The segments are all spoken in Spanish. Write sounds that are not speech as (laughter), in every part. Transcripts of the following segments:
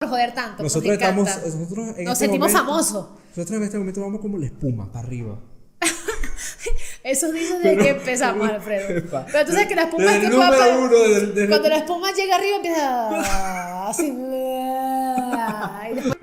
por joder tanto. Nosotros porque encanta. estamos. Nosotros en Nos este sentimos momento- famosos. Nosotros en este momento vamos como la espuma para arriba. Eso dices desde que (laughs) empezamos, Alfredo. Pero tú sabes que la espuma es Desde que el cuando- número uno, desde- desde- Cuando la espuma llega arriba empieza a- así. y después-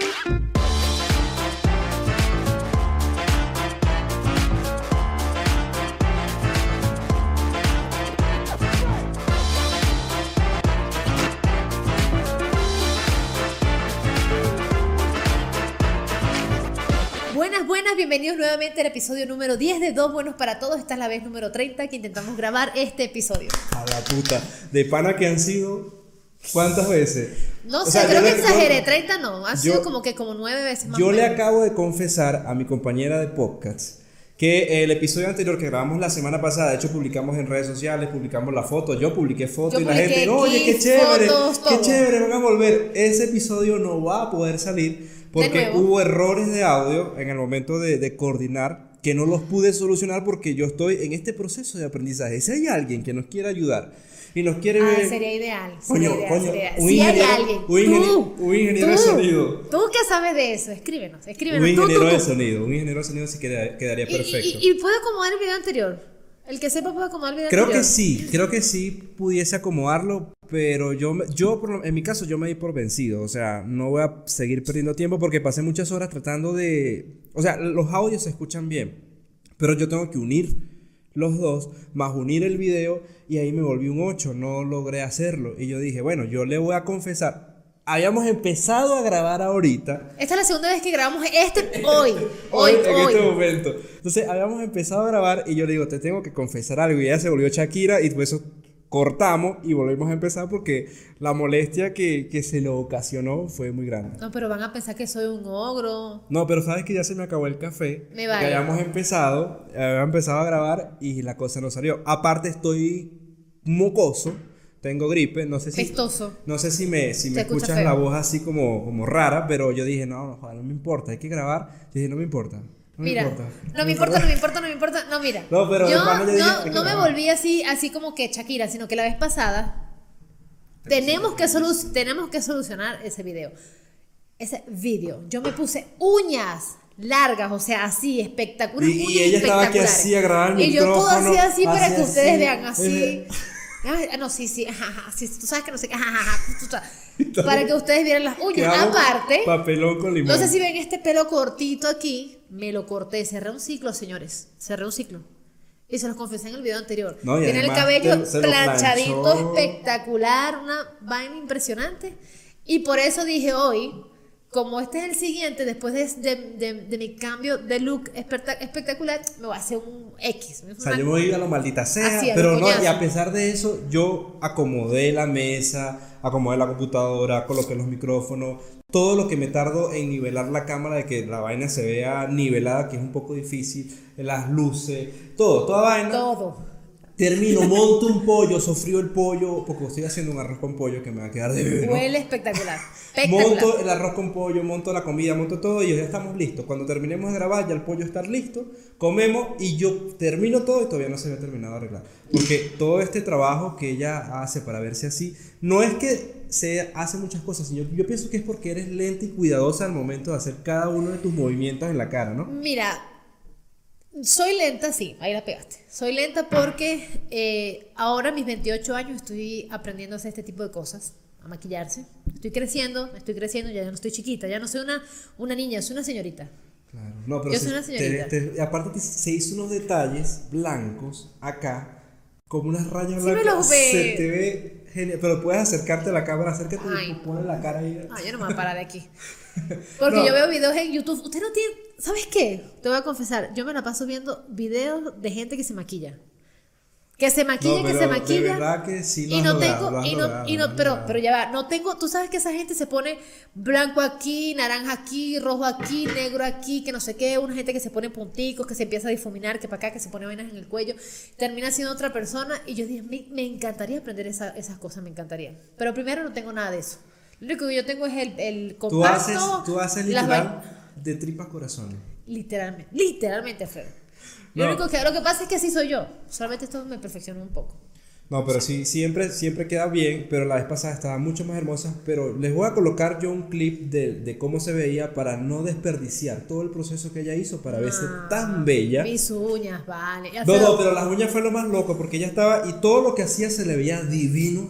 Buenas, buenas, bienvenidos nuevamente al episodio número 10 de Dos Buenos para Todos. Esta es la vez número 30 que intentamos grabar este episodio. A la puta. De pana que han sido. ¿Cuántas veces? No O sé, sea, creo yo que le- yo- exageré, 30 no, ha sido yo- como que como 9 veces más. o Yo le menos. acabo de confesar a mi compañera de podcast que el episodio anterior que grabamos la semana pasada, de hecho publicamos en redes sociales, publicamos la foto, yo publiqué Yo foto y la publiqué gente, oye, qué gif, chévere, fotos, qué todo". chévere, van a volver. Ese episodio no va a poder salir porque nuevo. hubo errores de audio en el momento de, de coordinar que no los pude solucionar porque yo estoy en este proceso de aprendizaje. Si hay alguien que nos quiere ayudar y nos quiere Ah, ver... sería ideal. sería Coño, ideal, coño, sería ideal. un Si hay ingeniero- alguien. un ingeniero- tú, un ingeniero de tú, sonido. Tú que sabes de eso, escríbenos, escríbenos. Un tú, tú, ingeniero de tú. sonido, un ingeniero de sonido sí queda- quedaría Y- y- perfecto. Y, y puede acomodar el video anterior. El que sepa puede acomodar el video Creo anterior. que sí, creo que sí pudiese acomodarlo, pero yo, me- yo por lo- en mi caso, yo me di por vencido. O sea, no voy a seguir perdiendo tiempo porque pasé muchas horas tratando de... O sea, los audios se escuchan bien, pero yo tengo que unir los dos, más unir el video, y ahí me volví un 8, no logré hacerlo. Y yo dije, bueno, yo le voy a confesar, habíamos empezado a grabar ahorita. Esta es la segunda vez que grabamos este (laughs) hoy. hoy, en hoy. este momento. Entonces, habíamos empezado a grabar y yo le digo, te tengo que confesar algo. Y ella se volvió Shakira y por eso cortamos y volvimos a empezar porque la molestia que, que se lo ocasionó fue muy grande. No, pero van a pensar que soy un ogro. No, pero sabes que ya se me acabó el café. Me vale. Que habíamos empezado, había empezado a grabar y la cosa no salió. Aparte, estoy mocoso, tengo gripe, no sé si... Pestoso. No sé si me, si Se me escucha escuchas feo. la voz así como, como rara, pero yo dije, no, no, joder, no me importa, hay que grabar. Yo dije, no me importa. No mira, me importa. no me importa, no me importa, no me importa. No, mira. No, pero yo de pana no, yo dije, hay que no me grabar. volví así, así como que Shakira, sino que la vez pasada tenemos que, solu- tenemos que solucionar ese video. Ese video. Yo me puse uñas largas, o sea, así, espectaculares. Y- y ella estaba aquí así a grabar el Y yo todo así, micrófono, así, para así, que ustedes así. vean, así. Ay, Ah, no, sí, sí, ajá, ajá, sí, tú sabes que no sé qué, ajá, ajá, ajá, tú (laughs) sabes. para que ustedes vieran las uñas. Quedamos Aparte, Papelón con limón. no sé si ven este pelo cortito aquí. Me lo corté. Cerré un ciclo, señores. Cerré un ciclo. Y se los confesé en el video anterior. No, y Tiene el además cabello te- se lo planchadito, planchó. espectacular, una vaina impresionante. Y por eso dije hoy, como este es el siguiente, después de, de- de- de mi cambio de look especta- espectacular, me voy a hacer un X. O sea, yo me iba a lo maldita sea, Así, a lo pero no, coñazo. y a pesar de eso, yo acomodé la mesa, acomodé la computadora, coloqué los micrófonos, todo lo que me tardo en nivelar la cámara, de que la vaina se vea nivelada, que es un poco difícil, las luces, todo, toda vaina. (laughs) Todo. Termino, monto un pollo, sofrío el pollo, porque estoy haciendo un arroz con pollo que me va a quedar de bebé. ¿no? Huele espectacular. Espectacular. Monto el arroz con pollo, monto la comida, monto todo y ya estamos listos. Cuando terminemos de grabar, ya el pollo está listo, comemos y yo termino todo y todavía no se había terminado de arreglar. Porque todo este trabajo que ella hace para verse así, no es que se hace muchas cosas, sino yo pienso que es porque eres lenta y cuidadosa al momento de hacer cada uno de tus movimientos en la cara, ¿no? Mira, soy lenta, sí, ahí la pegaste. Soy lenta porque eh, ahora a mis 28 años estoy aprendiendo a hacer este tipo de cosas, a maquillarse. Estoy creciendo, estoy creciendo, ya no estoy chiquita, ya no soy una, una niña, soy una señorita. Claro. No, pero Yo se- soy una te- señorita. te- aparte que se hizo unos detalles blancos acá, como unas rayas Sí me blancas. los ve. Se te ve genial. Pero puedes acercarte a la cámara, acércate Ay, y no. pones la cara ahí. Ah, yo no me voy a parar de (laughs) aquí. Porque No. yo veo videos en YouTube. Usted no tiene. ¿Sabes qué? Te voy a confesar. Yo me la paso viendo videos de gente que se maquilla. Que se maquilla, No, que pero se de maquilla. verdad que sí lo y has no logrado, tengo. lo has y no, logrado, y no- lo has pero, logrado. pero ya va. No tengo. Tú sabes que esa gente se pone blanco aquí, naranja aquí, rojo aquí, negro aquí, que no sé qué. Una gente que se pone punticos, que se empieza a difuminar, que para acá, que se pone vainas en el cuello. Termina siendo otra persona. Y yo dije, me, me encantaría aprender esa- esas cosas, me encantaría. Pero primero no tengo nada de eso. Lo único que yo tengo es el, el Tú compacto. haces, tú haces las literal vai- de tripas corazones. Literalmente, literalmente, Alfredo. Lo No. único que lo que pasa es que así soy yo. Solamente esto me perfeccionó un poco. No, pero sí, siempre, siempre queda bien, pero la vez pasada estaba mucho más hermosa, pero les voy a colocar yo un clip de, de cómo se veía para no desperdiciar todo el proceso que ella hizo para verse Ah, tan bella. Mis uñas, vale. Ya No, sé- no, pero las uñas fue lo más loco porque ella estaba y todo lo que hacía se le veía divino.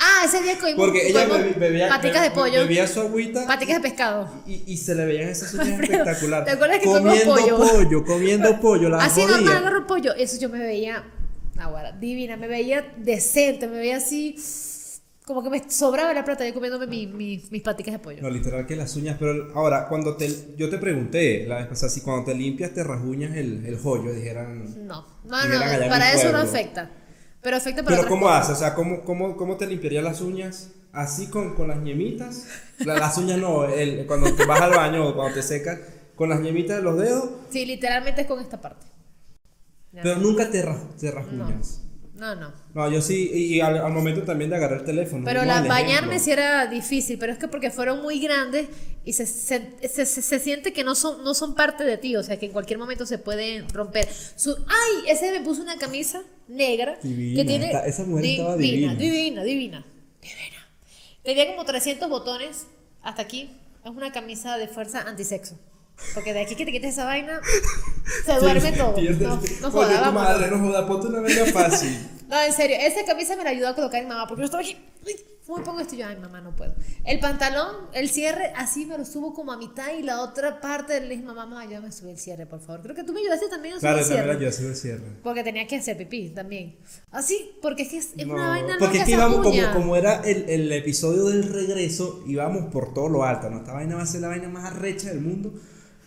Ah, ese día comimos, Porque ella comimos bebi- bebía, paticas de be- pollo, bebía su agüita paticas de pescado. y, y se le veían esas uñas Alfredo, espectaculares. ¿te acuerdas que comiendo comimos pollo? (laughs) comiendo pollo, la así normal jodía. agarro pollo. Eso yo me veía, ahora, divina, me veía decente, me veía así, como que me sobraba la plata yo comiéndome mi- mi- mis paticas de pollo. No, literal que las uñas, pero ahora, cuando te, yo te pregunté la vez pasada, si cuando te limpias te rasguñas el, el joyo, dijeran... No, no, Ni no, eran allá en para mi eso no pueblo. afecta. Pero afecta para Pero otras ¿cómo cosas. haces? O sea, ¿cómo, cómo, cómo te limpiarías las uñas? ¿Así con, con las ñemitas? La- las uñas no, el, cuando te vas al baño o cuando te secas, con las ñemitas de los dedos, Sí, literalmente es con esta parte. Ya. pero nunca te, ras- te no, rasguñas. no, no. No. yo sí, y, y al, al momento también de agarrar el teléfono. Pero no, la, el bañarme ejemplo. sí era difícil, pero es que porque fueron muy grandes y se, se, se- se- se siente que no son, no son parte de ti, o sea que en cualquier momento se pueden romper. Su- ¡Ay! Ese me puso una camisa negra Divina, que tiene. esta- esa mujer estaba divina, divina. divina, divina, divina. Tenía como 300 botones hasta aquí. Es una camisa de fuerza antisexo. Porque de aquí que te quites esa vaina, (laughs) se duerme todo. Pierde- No, no Coño, joda, tu vámonos. madre, no joda, ponte una vega fácil. (laughs) No, en serio, esa camisa me la ayudó a colocar mi mamá, porque yo estaba aquí, uy, muy poco esto, y yo, ay, mamá, no puedo. El pantalón, el cierre, así me lo subo como a mitad, y la otra parte le dije, mamá, mamá, ya me subí el cierre, por favor. Creo que tú me ayudaste también a subir Claro, el también cierre. la ayuda se me cierra. Porque tenía que hacer pipí también. Así, porque es que es, es No, una vaina loca porque es que esa íbamos como, uña. como era el, el episodio del regreso íbamos por todo lo alto no esta vaina va a ser la vaina más arrecha del mundo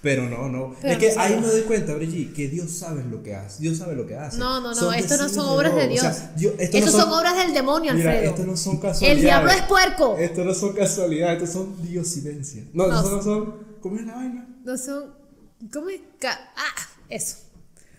pero no no Pero es que no ahí sabía. me doy cuenta Brigitte que Dios sabe lo que hace Dios sabe lo que hace No, no, no, esto no designios son obras de Dios. O sea, Dios- esto no Estos son, obras del demonio, mira, Alfredo. esto no son casualidades el diablo es puerco. esto no son casualidades estos son diosidencias no, No. estos no son cómo es la vaina No son. ¿Cómo es? Ca- Ah, eso.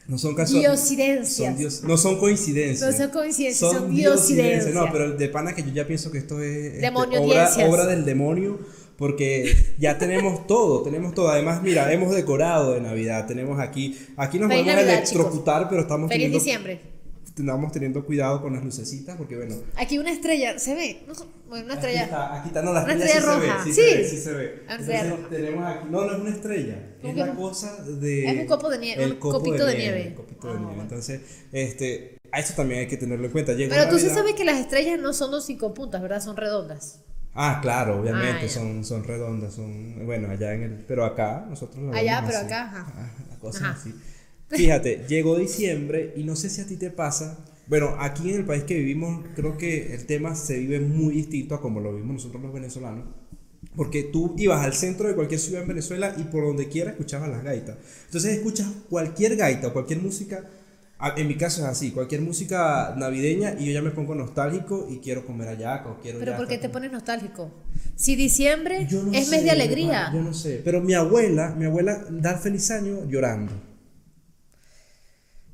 no son casualidades Diosidencias. son dios, no son coincidencias. No son coincidencias, son diosidencias. No, pero de pana que yo ya pienso que esto es este, obra, Demoniodiencias. obra del demonio, porque ya tenemos (laughs) todo, tenemos todo. Además, mira, hemos decorado de Navidad, tenemos aquí, aquí nos Feliz vamos a Navidad, electrocutar, pero estamos Feliz teniendo, diciembre. estamos teniendo cuidado con las lucecitas, porque bueno, Aquí una estrella, ¿se ve? No, bueno, una estrella. Aquí está, aquí está, no, la Una estrella, estrella sí roja. se ve, sí, Sí. se ve, sí se ve. Una estrella Entonces, tenemos aquí, no, no es una estrella, ¿Cómo es que la no? cosa de... Es un copo de nieve, el un copo copito de nieve. el copito de Ah, nieve. bueno. Entonces, este, a eso también hay que tenerlo en cuenta. Llegó Pero tú sí Navidad- sabes que las estrellas no son dos cinco puntas, ¿verdad? Son redondas. Ah, claro, obviamente, Ah, ya. son, son redondas, son, bueno, allá en el, pero acá nosotros lo Allá, vemos pero así. Ah, acá, ajá. la cosa Ajá. así. Fíjate, llegó diciembre y no sé si a ti te pasa, bueno, aquí en el país que vivimos creo que el tema se vive muy distinto a como lo vivimos nosotros los venezolanos. Porque tú ibas al centro de cualquier ciudad en Venezuela y por donde quiera escuchabas las gaitas. Entonces escuchas cualquier gaita o cualquier música, a- en mi caso es así, cualquier música navideña y yo ya me pongo nostálgico y quiero comer ayaca o quiero... Pero ya ¿por qué estar te con- pones nostálgico? Si diciembre yo no es sé, mes de alegría. hermano, Yo no sé. Pero mi abuela, mi abuela da feliz año llorando.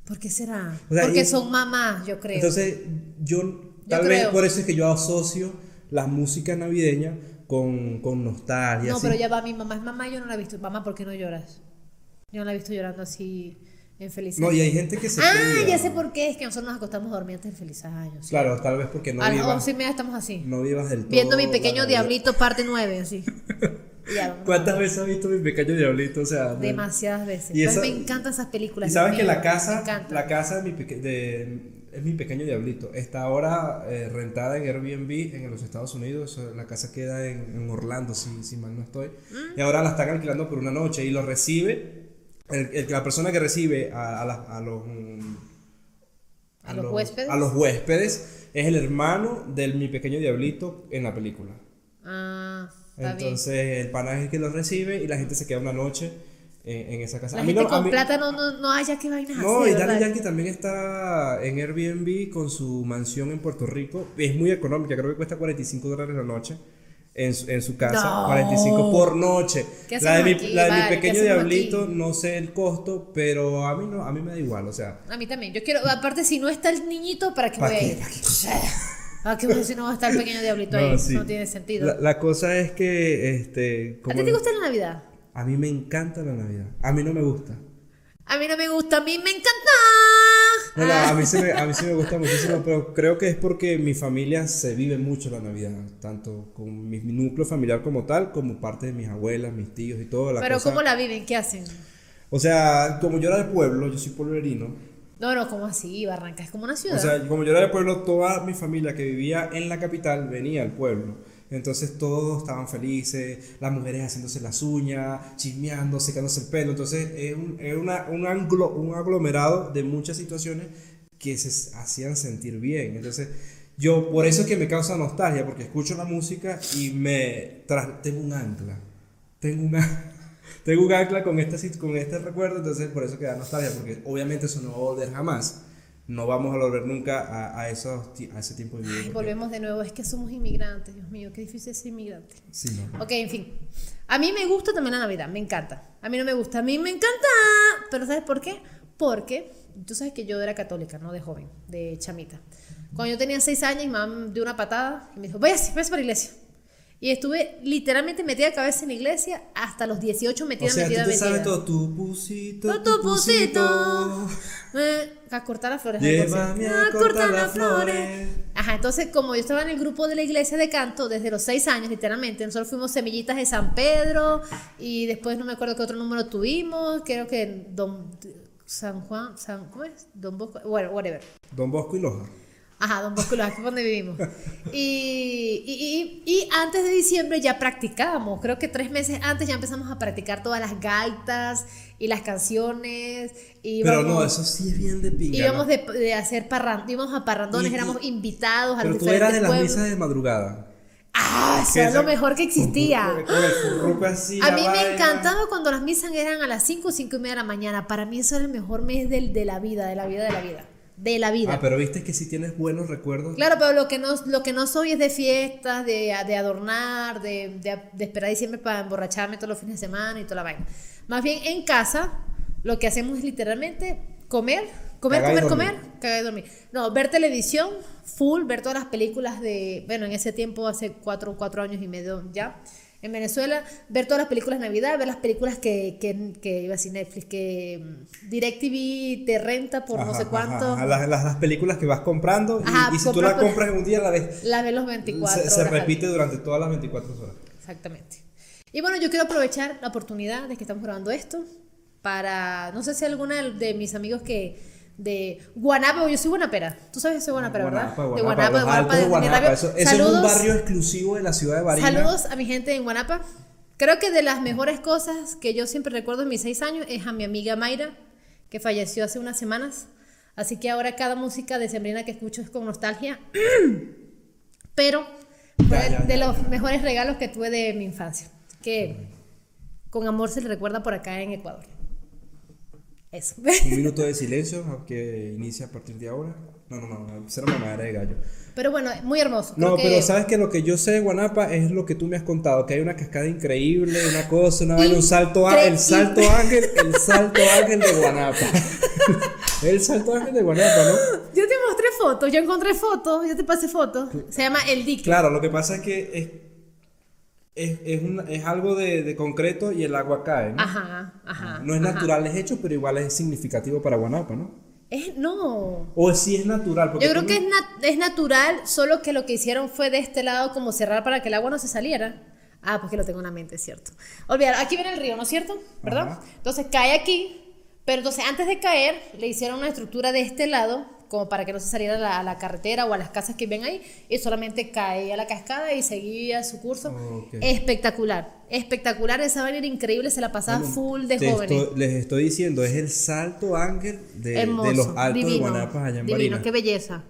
¿Por qué será? O sea, Porque y- son mamás, yo creo. Entonces, yo tal vez creo. por eso es que yo asocio las músicas navideñas con, con nostalgia. no, así. pero ya va, mi mamá es mamá y yo no la he visto. Mamá, ¿por qué no lloras? Yo no la he visto llorando así en feliz No, año. y hay gente que se ah, pega. ya sé por qué. Es que nosotros nos acostamos dormidos en feliz año. ¿sí? Claro, tal vez porque no a las vivas, once y media estamos así. no vivas del todo. Ah, viendo mi la pequeño Navidad. diablito parte nueve, (laughs) así. Y ya, vamos. ¿Cuántas veces has visto mi pequeño diablito? O sea, bueno. Demasiadas veces. Y Pero esa- me encantan esas películas. Y sabes Dios que mío, la Me casa, encanta. la casa de mi, peque- de- es mi pequeño diablito. Está ahora eh, rentada en Airbnb en los Estados Unidos. Eh, La casa queda en, en Orlando, si, si mal no estoy. Mm. Y ahora la están alquilando por una noche y lo recibe. el- el- la persona que recibe a, a las- a los mm, ¿A los huéspedes? a los huéspedes es el hermano del mi pequeño diablito en la película. Ah, está Entonces el pana es el que lo recibe y la gente se queda una noche eh, en, en esa casa. bien. La A mí gente no- a con mí- plata no, no, no haya que vainas no, así. y Daddy ¿verdad? Yankee también está en Airbnb con su mansión en Puerto Rico. Es muy económica, creo que cuesta 45 dólares la noche en su, en su casa. No. 45 por noche. ¿Qué hacemos La de mi, aquí, la de mi vale? ¿Qué pequeño hacemos diablito, no sé el costo, pero a mí, no, a mí me da igual. O sea, A mí también. Yo quiero, aparte, si no está el niñito, ¿para qué ¿Para voy a qué? ir? (laughs) ¿Para qué voy si no va a estar el pequeño diablito ahí? sí. No tiene sentido. La, la cosa es que. Este, ¿A como ti te gusta la Navidad? a mí me encanta la Navidad. A mí no me gusta. A mí no me gusta, a mí me encanta. No, no, a, mí se Ah. me, a mí se me gusta muchísimo, pero creo que es porque mi familia se vive mucho la Navidad, tanto con mi, mi núcleo familiar como tal, como parte de mis abuelas, mis tíos y todo. La Ah, Pero cosa- ¿cómo la viven? ¿Qué hacen? O sea, como yo era de pueblo, yo soy pueblerino, No, no, ¿cómo así? Barranca es como una ciudad. o sea, como yo era de pueblo, toda mi familia que vivía en la capital venía al pueblo. Entonces todos estaban felices, las mujeres haciéndose las uñas, chismeando, secándose el pelo. Entonces es un, es una- un, anglo- un aglomerado de muchas situaciones que se s- hacían sentir bien. Entonces yo, por eso es que me causa nostalgia, porque escucho la música y me... tras- tengo un ancla. Tengo un ancla. (laughs) Tengo un ancla con este, sit- con este recuerdo, entonces por eso queda nostalgia, porque obviamente eso no va a volver jamás. No vamos a volver nunca a, a esos, ti- a ese tiempo de vida. Ay, porque- volvemos de nuevo, es que somos inmigrantes, Dios mío, qué difícil ser inmigrante. Sí, no. Ok, en fin. A mí me gusta también la Navidad, me encanta. A mí no me gusta, a mí me encanta. Pero ¿sabes por qué? Porque tú sabes que yo era católica, ¿no? De joven, de chamita. Cuando yo tenía seis años, mi mamá me dio una patada y me dijo, váyase, váyase para la iglesia. Y estuve literalmente metida cabeza en la iglesia hasta los 18 metida, O sea, tú metida, te metida. sabes todo tu pusito, Tu, tu pusito. Eh, a cortar las flores. algo así. Llévame a cortar las flores. Ajá, entonces como yo estaba en el grupo de la iglesia de canto desde los seis años, literalmente, nosotros fuimos semillitas de San Pedro y después no me acuerdo qué otro número tuvimos, creo que Don San Juan, San, ¿cómo es? Don Bosco, bueno, whatever. Don Bosco y Loja. Ajá, Don Bosco, aquí donde vivimos. Y, y- y- y antes de diciembre ya practicábamos, creo que tres meses antes ya empezamos a practicar todas las gaitas y las canciones. Y Pero íbamos- no, eso sí es bien de pinga. Íbamos ¿no? de, de hacer parran- íbamos a parrandones, Y- y- éramos invitados a los Pero tú diferentes eras de las pueblos. misas de madrugada. Ah, eso era esa- lo mejor que (laughs) existía. Con el furruco así, A la mí me vaina. encantaba cuando las misas eran a las 5 o 5 y media de la mañana. Para mí eso era el mejor mes del, de la vida, de la vida, de la vida. De la vida. Ah, pero viste que si tienes buenos recuerdos. Claro, pero lo que no, lo que no soy es de fiestas, de, de adornar, de, de, de esperar diciembre para emborracharme todos los fines de semana y toda la vaina. Más bien en casa lo que hacemos es literalmente comer, comer, Cagar y comer, comer, dormir. cagar y dormir. No, ver televisión full, ver todas las películas de, bueno, en ese tiempo, hace cuatro, cuatro años y medio ya. En Venezuela, ver todas las películas de Navidad, ver las películas que, que, que iba a decir Netflix, que mm, DirecTV te renta por no Ajá, sé cuánto. ajá, ajá. Las, las- las películas que vas comprando. y- Ajá, y, si tú compras la por- compras en un día, la ves. La ve los Se, 24 se horas al repite día. durante todas las 24 horas. Exactamente. Y bueno, yo quiero aprovechar la oportunidad de que estamos grabando esto para, no sé si alguna de- de mis amigos que de Guanapa, yo soy guanapera. Tú sabes que soy guanapera, Ah, ¿verdad? Guanapa, de Guanapa, Guanapa, de los Guanapa, Altos de de mi Guanapa. barrio. Eso, eso es un barrio exclusivo de la ciudad de Barinas. Saludos a mi gente en Guanapa. Creo que de las mejores cosas que yo siempre recuerdo en mis seis años es a mi amiga Mayra, que falleció hace unas semanas. Así que ahora cada música de Sembrina que escucho es con nostalgia. (clears throat) Pero fue Ya, ya, de ya, los ya. mejores regalos que tuve de mi infancia. Que con amor se le recuerda por acá en Ecuador. Eso. (laughs) Un minuto de silencio que inicia a partir de ahora. No, no, no, será mamadera de gallo. Pero bueno, muy hermoso. Creo No, que- pero sabes que lo que yo sé de Guanapa es lo que tú me has contado, que hay una cascada increíble, una cosa, una vaina, un salto, á- el Increíble. salto ángel, el salto ángel de Guanapa. (laughs) El salto ángel de Guanapa, ¿no? Yo te mostré fotos, yo encontré fotos, yo te pasé fotos. Se llama El Dique. Claro, lo que pasa es que es, es, es una- es algo de, de concreto y el agua cae, ¿no? Ajá, ajá. No es ajá. natural, es hecho, pero igual es significativo para Guanapa, ¿no? Es, no. O si es natural. porque Yo creo tú que me- es, nat- es natural, solo que lo que hicieron fue de este lado como cerrar para que el agua no se saliera. Ah, porque lo tengo en la mente, es cierto. Olvidar, aquí viene el río, ¿no es cierto? ¿Verdad? Ajá. Entonces cae aquí, pero entonces antes de caer le hicieron una estructura de este lado como para que no se saliera a la, a la carretera o a las casas que ven ahí y solamente caía la cascada y seguía su curso. Ok. Espectacular, espectacular, esa vaina era increíble, se la pasaba Bueno, full de te jóvenes. estoy- les estoy diciendo, es el salto ángel de, de Hermoso, los altos divino, de Guanapas allá en divino, Barinas. qué belleza.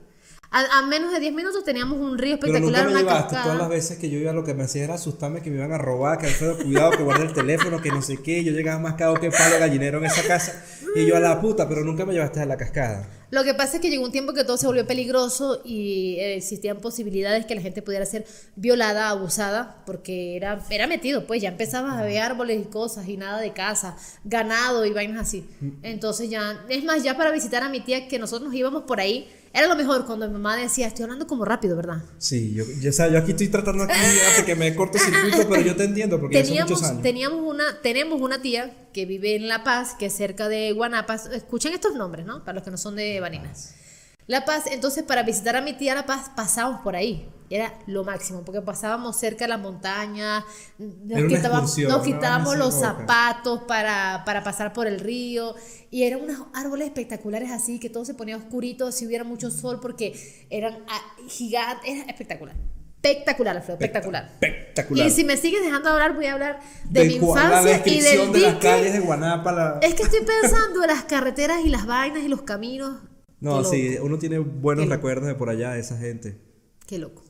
A, a menos de 10 minutos teníamos un río Pero espectacular, nunca me una llevaste. cascada. Todas las veces que yo iba, lo que me hacía era asustarme que me iban a robar, que Alfredo, cuidado, que guarde el teléfono, que no sé qué. Yo llegaba más cagado que palo gallinero en esa casa. Y yo a la puta, pero nunca me llevaste a la cascada. Lo que pasa es que llegó un tiempo que todo se volvió peligroso y eh, existían posibilidades que la gente pudiera ser violada, abusada, porque era, era metido, pues ya empezabas a ver árboles y cosas y nada de casa, Mm. ganado y vainas así. Entonces ya, es más, ya para visitar a mi tía que nosotros nos íbamos por ahí Era lo mejor cuando mi mamá decía, estoy hablando como rápido, ¿verdad? Sí, yo, yo, o sea, yo aquí estoy tratando aquí hasta que me cortocircuito, pero yo te entiendo porque ya son muchos Teníamos, años. teníamos una, tenemos una tía que vive en La Paz, que es cerca de Guanapas. Escuchen estos nombres, ¿no? Para los que no son de Barinas. La Paz, entonces para visitar a mi tía La Paz pasábamos por ahí. Y Era lo máximo, porque pasábamos cerca de la montaña, nos, Era una quitaba- excursión, nos una quitábamos vaina los así loca. zapatos para, para pasar por el río, y eran unos árboles espectaculares así, que todo se ponía oscurito, si hubiera mucho sol, porque eran ah, gigantes, era espectacular, espectacular, Alfredo, espectacular. Espectacular. Y si me sigues dejando hablar, voy a hablar de, mi Gua- la infancia y del descripción de las dique. calles de Guanapa. la- Es que estoy pensando en las carreteras y las vainas y los caminos. No, Qué loco, sí, uno tiene buenos Qué loco. recuerdos de por allá, de esa gente. Qué loco.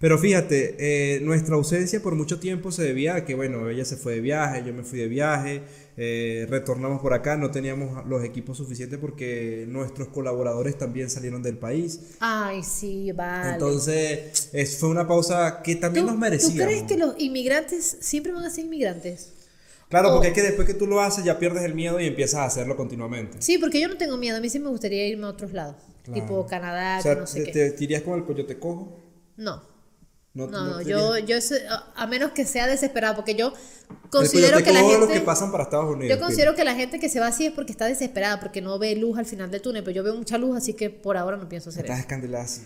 Pero fíjate, eh, nuestra ausencia por mucho tiempo se debía a que, bueno, ella se fue de viaje, yo me fui de viaje, eh, retornamos por acá, no teníamos los equipos suficientes porque nuestros colaboradores también salieron del país. Ay, sí, vale. Entonces, es- fue una pausa que también ¿Tú, nos tú merecíamos. crees que los inmigrantes siempre van a ser inmigrantes? Claro, porque Oh. es que después que tú lo haces ya pierdes el miedo y empiezas a hacerlo continuamente. Sí, porque yo no tengo miedo. A mí sí me gustaría irme a otros lados. Claro. Tipo Canadá, o sea, que no sé te, qué. te irías con el coyote cojo. No. No, No, no, te yo, irías. yo sé- a- a menos que sea desesperado, porque yo El considero Coyote que la Cojo es los gente... que pasan para Estados Unidos. Yo considero que la gente que se va así es porque está desesperada, porque no ve luz al final del túnel, pero yo veo mucha luz, así que por ahora no pienso que hacer estás eso. escandalada así.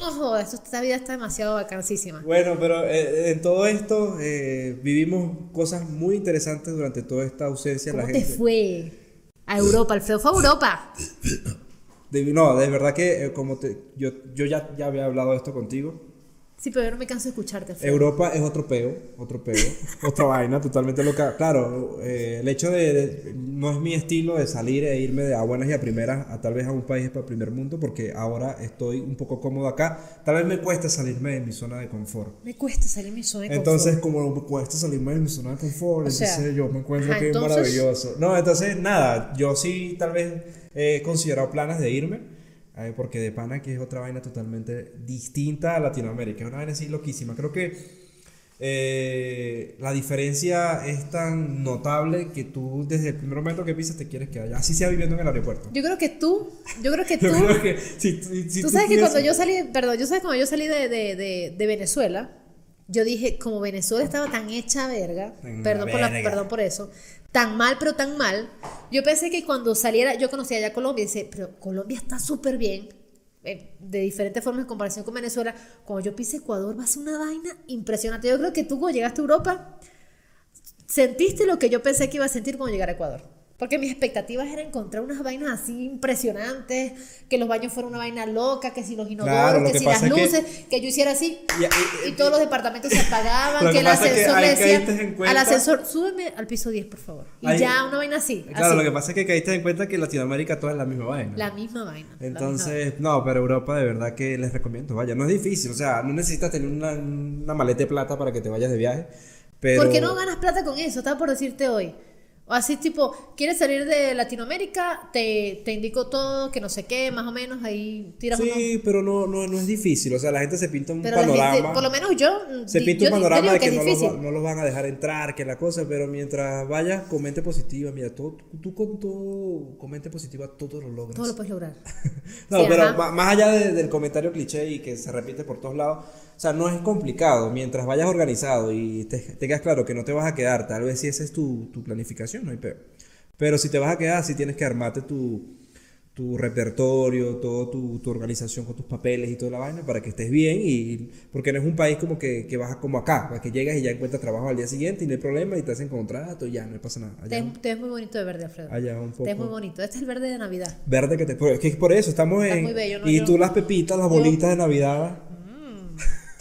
No jodas, esto- esta vida está demasiado vacancísima. Bueno, pero eh, en todo esto eh, vivimos cosas muy interesantes durante toda esta ausencia de ¿Cómo la te gente. fue? A Europa, Alfredo fue a (laughs) Europa. De- no, de verdad que eh, como te- yo, yo ya, ya había hablado de esto contigo. Sí, pero yo no me canso de escucharte, Alfredo. Europa es otro peo, otro peo, (laughs) otra vaina totalmente loca. Claro, eh, el hecho de, de- no es mi estilo de salir e irme de a buenas y a primeras a tal vez a un país para primer mundo porque ahora estoy un poco cómodo acá. Tal vez me cuesta salirme de mi zona de confort. Me cuesta salir mi zona de Entonces, confort. como me cuesta salirme de mi zona de confort, O sea, entonces yo me encuentro ajá, que es entonces- maravilloso. No, entonces, nada, yo sí tal vez eh, he considerado planes de irme, eh, porque de pana que es otra vaina totalmente distinta a Latinoamérica, es una vaina así loquísima. Creo que eh, la diferencia es tan notable que tú desde el primer momento que pisas te quieres quedar allá, así sea viviendo en el aeropuerto. Yo creo que tú, yo creo que tú, (laughs) Yo creo que si, si- si tú sabes que tienes- cuando yo salí, perdón, yo sabes cuando yo salí de, de, de, de Venezuela, yo dije, como Venezuela estaba tan hecha verga, Tan perdón, Por la, verga. perdón por eso, tan mal, pero tan mal, yo pensé que cuando saliera, yo conocía ya Colombia y dice, pero Colombia está súper bien, eh, de diferentes formas en comparación con Venezuela, cuando yo pise Ecuador va a ser una vaina impresionante. Yo creo que tú cuando llegaste a Europa, sentiste lo que yo pensé que iba a sentir cuando llegara a Ecuador. Porque mis expectativas eran encontrar unas vainas así impresionantes, que los baños fueran una vaina loca, que si los inodoros, Claro, lo que, que si las pasa es que- luces, que... yo hiciera así Y- y, y- todos los departamentos se apagaban, (laughs) Lo que, que el pasa es que ascensor ahí le caíste en decía cuenta- al ascensor, súbeme al piso 10, por favor. Y Ahí- ya una vaina así, Claro, así, lo que pasa es que caíste en cuenta que en Latinoamérica toda es la misma vaina. la misma vaina. la misma vaina. Entonces, no, pero Europa de verdad que les recomiendo, vaya, no es difícil, o sea, no necesitas tener una, una maleta de plata para que te vayas de viaje, pero... ¿Por qué no ganas plata con eso? Estaba por decirte hoy. O así tipo, ¿quieres salir de Latinoamérica? Te, te indico todo, que no sé qué, más o menos, ahí tiras unos- Sí, pero no, no, no es difícil, o sea, la gente se pinta un Pero la panorama. gente, por lo menos yo, mm, se di- pinta yo un di- yo panorama digo de que, es no, los, difícil. va- no los van a dejar entrar, que la cosa, pero mientras vayas con mente positiva, mira, todo- tú con, todo, con mente positiva todo lo logras. Todo lo puedes lograr. No, Sí, pero ajá. ma- más allá de- del comentario cliché y que se repite por todos lados, o sea, no es complicado. Mientras vayas organizado y te, tengas claro que no te vas a quedar, tal vez si esa es tu, tu planificación, no hay peor. Pero si te vas a quedar, si tienes que armarte tu, tu repertorio, toda tu, tu organización con tus papeles y toda la vaina para que estés bien. y Porque no es un país como que, que vas como acá, para que llegas y ya encuentras trabajo al día siguiente y no hay problema y te hacen contrato y ya, no pasa nada. Te, (laughs) Allá, ves- te ves muy bonito de verde, Alfredo. allá un Te poco. ves muy bonito. Este es el verde de Navidad. Verde que te. pero es que es por eso, estamos Está en. muy bello, ¿no? y Yo- tú las pepitas, las bolitas de Navidad.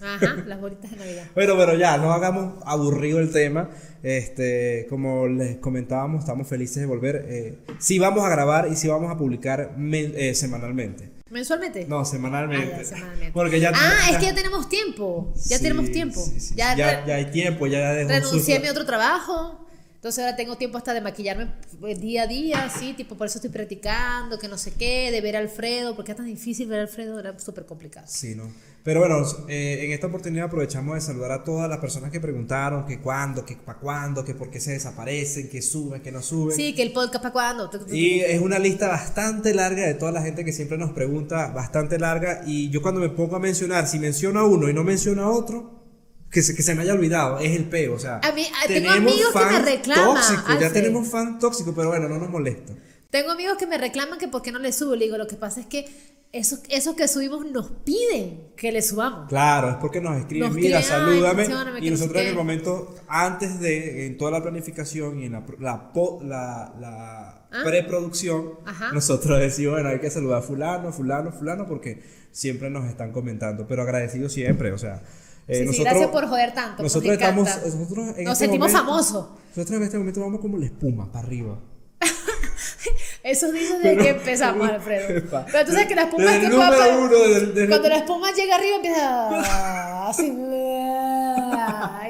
Ajá, (laughs) las bolitas de Navidad. Bueno, pero ya, no hagamos aburrido el tema. Este, como les comentábamos, estamos felices de volver. Eh, sí vamos a grabar y sí vamos a publicar men- eh, semanalmente. ¿Mensualmente? No, semanalmente. Ah, ya, semanalmente. Porque ya Ah, es que ya tenemos tiempo. Ya Sí, tenemos tiempo. sí, sí. Ya, re- Ya, ya hay tiempo, ya dejó renuncié a sus- mi otro trabajo. Entonces ahora tengo tiempo hasta de maquillarme pues, día a día, sí, tipo por eso estoy practicando, que no sé qué, de ver a Alfredo, porque es tan difícil ver a Alfredo, era súper complicado. Sí, no. Pero bueno, eh, en esta oportunidad aprovechamos de saludar a todas las personas que preguntaron que cuándo, que para cuándo, que por qué se desaparecen, que suben, que no suben. Sí, que el podcast para cuándo. Y es una lista bastante larga de toda la gente que siempre nos pregunta, bastante larga. Y yo cuando me pongo a mencionar, si menciono a uno y no menciono a otro, que se, que se me haya olvidado, es el peo. O sea, A mí- a- tengo amigos que me reclaman, tóxico, ya Alfred. tenemos fan tóxico, pero bueno, no nos molesta. Tengo amigos que me reclaman que por qué no les subo. Le digo, lo que pasa es que esos, esos que subimos nos piden que les subamos. Claro, es porque nos escriben, Nos mira, escriben, salúdame. "Ay, mencióname, que Y no sé nosotros en qué". el momento, antes de, en toda la planificación y en la, pro- la, po- la- la Ah. preproducción, Ajá. nosotros decimos, bueno, hay que saludar a fulano, fulano, fulano, porque siempre nos están comentando, pero agradecidos siempre, o sea. eh, Sí, sí, gracias por joder tanto, pues, Nosotros me encanta. estamos, nosotros en Nos este sentimos momento- famosos. Nosotros en este momento vamos como la espuma, para arriba. Esos días desde Pero- que (laughs) empezamos, Alfredo. Epa. Pero tú sabes que la espuma Desde es que el número papá- uno, desde- desde- Cuando la espuma llega arriba (laughs) empieza así.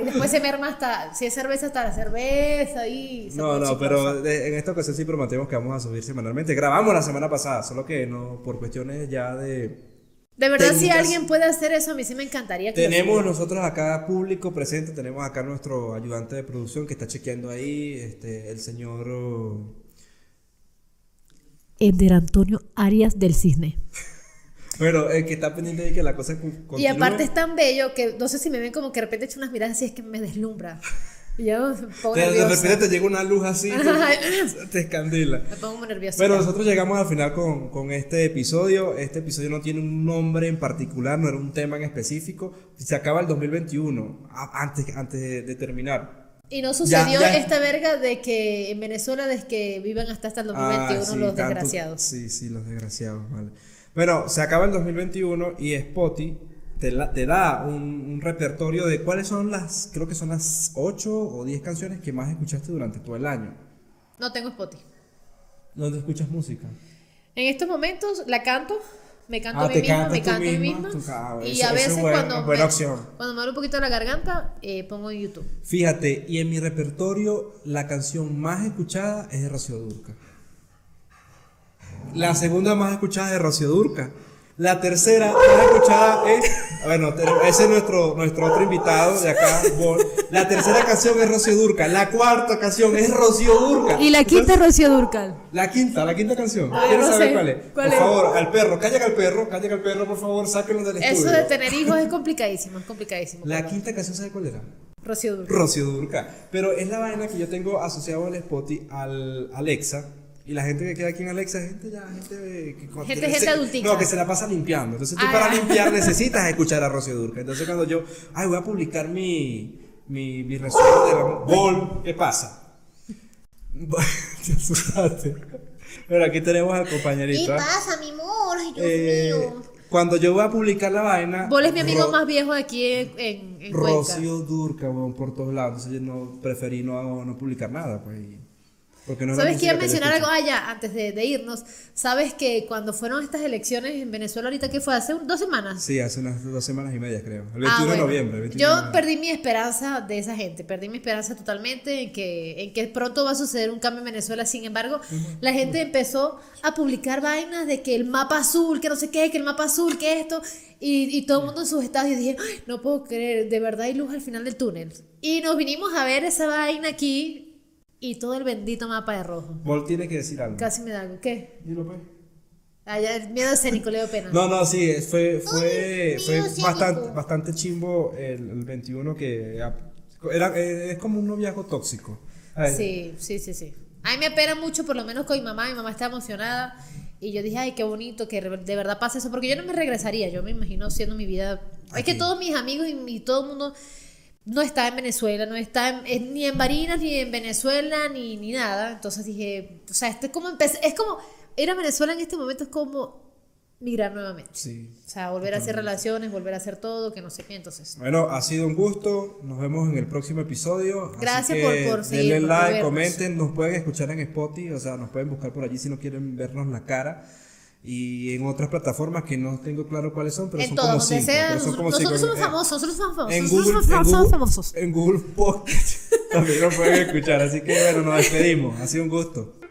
Y después se merma hasta. Si es cerveza, hasta la cerveza. Y se No, pone no, chicosa. pero de- en esta ocasión sí prometemos que vamos a subir semanalmente. Grabamos la semana pasada, solo que no por cuestiones ya de... De verdad, si técnicas- alguien puede hacer eso, a mí sí me encantaría. que lo Tenemos hiciera. nosotros acá público presente, tenemos acá nuestro ayudante de producción que está chequeando ahí, este, el señor... oh, Ender Antonio Arias del Cisne. Bueno, el que está pendiente de que la cosa cu- continúe. Y aparte es tan bello que no sé si me ven como que de repente he hecho unas miradas así, es que me deslumbra. Y yo me pongo De, de nerviosa. repente te llega una luz así, (laughs) te, te escandila. Me pongo muy nerviosa. Bueno, nosotros llegamos al final con, con este episodio. Este episodio no tiene un nombre en particular, no era un tema en específico. Se acaba el 2021, a- antes, antes de, de terminar. y no sucedió ya- esta verga de que en Venezuela desde que vivan hasta hasta el 2021 Ah, sí, los tanto- desgraciados. Sí, sí, los desgraciados, vale. Bueno, se acaba el 2021 y Spotty te, la- te da un, un repertorio de cuáles son las, creo que son las 8 o 10 canciones que más escuchaste durante todo el año. No tengo Spotify. ¿Dónde escuchas música? En estos momentos la canto, me canto Ah, a mí te misma, cantas me tú canto a mí misma, misma. tú- ah, y eso- a eso es veces buena- cuando, buena me, opción. cuando me duele un poquito la garganta, eh, pongo en YouTube. Fíjate, y en mi repertorio la canción más escuchada es de Rocío Durca. La segunda más escuchada es de Rocío Durca. La tercera más escuchada es. Bueno, te- ese es nuestro, nuestro otro invitado de acá. Bol. La tercera canción es Rocío Durca. La cuarta canción es Rocío Durca. Entonces, Rocío Durcal. La quinta, la quinta canción. Ay, ¿Quieres Ah, no saber sé. cuál es? ¿Cuál por es? favor, al perro, calla al perro, calla al perro, por favor, sáquenlo del Eso estudio. de tener hijos es complicadísimo, es complicadísimo. La pero- quinta canción, ¿sabe cuál era? Rocío Durcal. Rocío Durca. Pero es la vaina que yo tengo asociado al Spotify, al Alexa. Y la gente que queda aquí en Alexa, gente ya, gente de- que cuando- Gente- que gente se- adultica. No, que se la pasa limpiando. Entonces tú Ah, para ya. limpiar necesitas escuchar a Rocío Durca. Entonces cuando yo, ay, voy a publicar mi, mi, mi resumen de la Gol, ¿qué pasa? (laughs) Te asustaste. Pero aquí tenemos al compañerito. ¿ah? pasa, mi amor? Ay, Dios Eh, cuando yo voy a publicar la vaina. Bol es mi amigo Ro- más viejo aquí en, en, en Cuenca. Rocío Durca, weón, por todos lados. Entonces yo no preferí no, no publicar nada, pues. y- Porque no es la ¿Sabes que música iba a mencionar yo algo? escucho. Ah, ya, antes de, de irnos. ¿Sabes que cuando fueron estas elecciones en Venezuela, ahorita que fue hace un- dos semanas? Sí, hace unas dos semanas y media, creo. El 21 Ah, de bueno. noviembre. el 21 de Yo noviembre. perdí mi esperanza de esa gente, perdí mi esperanza totalmente en que, en que pronto va a suceder un cambio en Venezuela. Sin embargo, la gente empezó a publicar vainas de que el mapa azul, que no sé qué, que el mapa azul, que esto, y, y todo el mundo en sus estados. Y dije, "Ay, no puedo creer, de verdad hay luz al final del túnel. Y nos vinimos a ver esa vaina aquí y todo el bendito mapa de rojo. Vol tiene que decir algo. Casi me da algo. ¿Qué? Dilo, pues. Allá el miedo escénico, Leo Pena. No, no, sí, es- fue, fue, Ay, fue mío, sí, bastante, amigo. bastante chimbo el, el 21 que ah, era, eh, es como un noviazgo tóxico. Ay, Sí, sí, sí, sí. A mí me apena mucho, por lo menos con mi mamá. Mi mamá está emocionada. Y yo dije, ay, qué bonito que re- de verdad pase eso. Porque yo no me regresaría. Yo me imagino siendo mi vida. Es que Aquí. todos mis amigos y, mi- todo el mundo no está en Venezuela, no está en- en- ni en Barinas, ni en Venezuela, ni, ni nada. Entonces dije, o sea, este es como empezar. Es como. Ir a Venezuela en este momento es como migrar nuevamente. sí. O sea, volver a hacer relaciones, volver a hacer todo, que no sé qué. Entonces, Bueno, ha sido un gusto. Nos vemos en el próximo episodio. Así Gracias que por- por Denle seguir, por like, vernos. comenten. Nos pueden escuchar en Spotify, o sea, nos pueden buscar por allí si no quieren vernos la cara. Y en otras plataformas que no tengo claro cuáles son, pero en son todo, como donde cinco. sea, pero son como nosotros cinco. somos Eh, famosos, nosotros somos famosos, En nosotros Google, somos en famosos, Google- famosos. (laughs) en Google Podcast también nos pueden escuchar. Así que bueno, nos despedimos. Ha sido un gusto.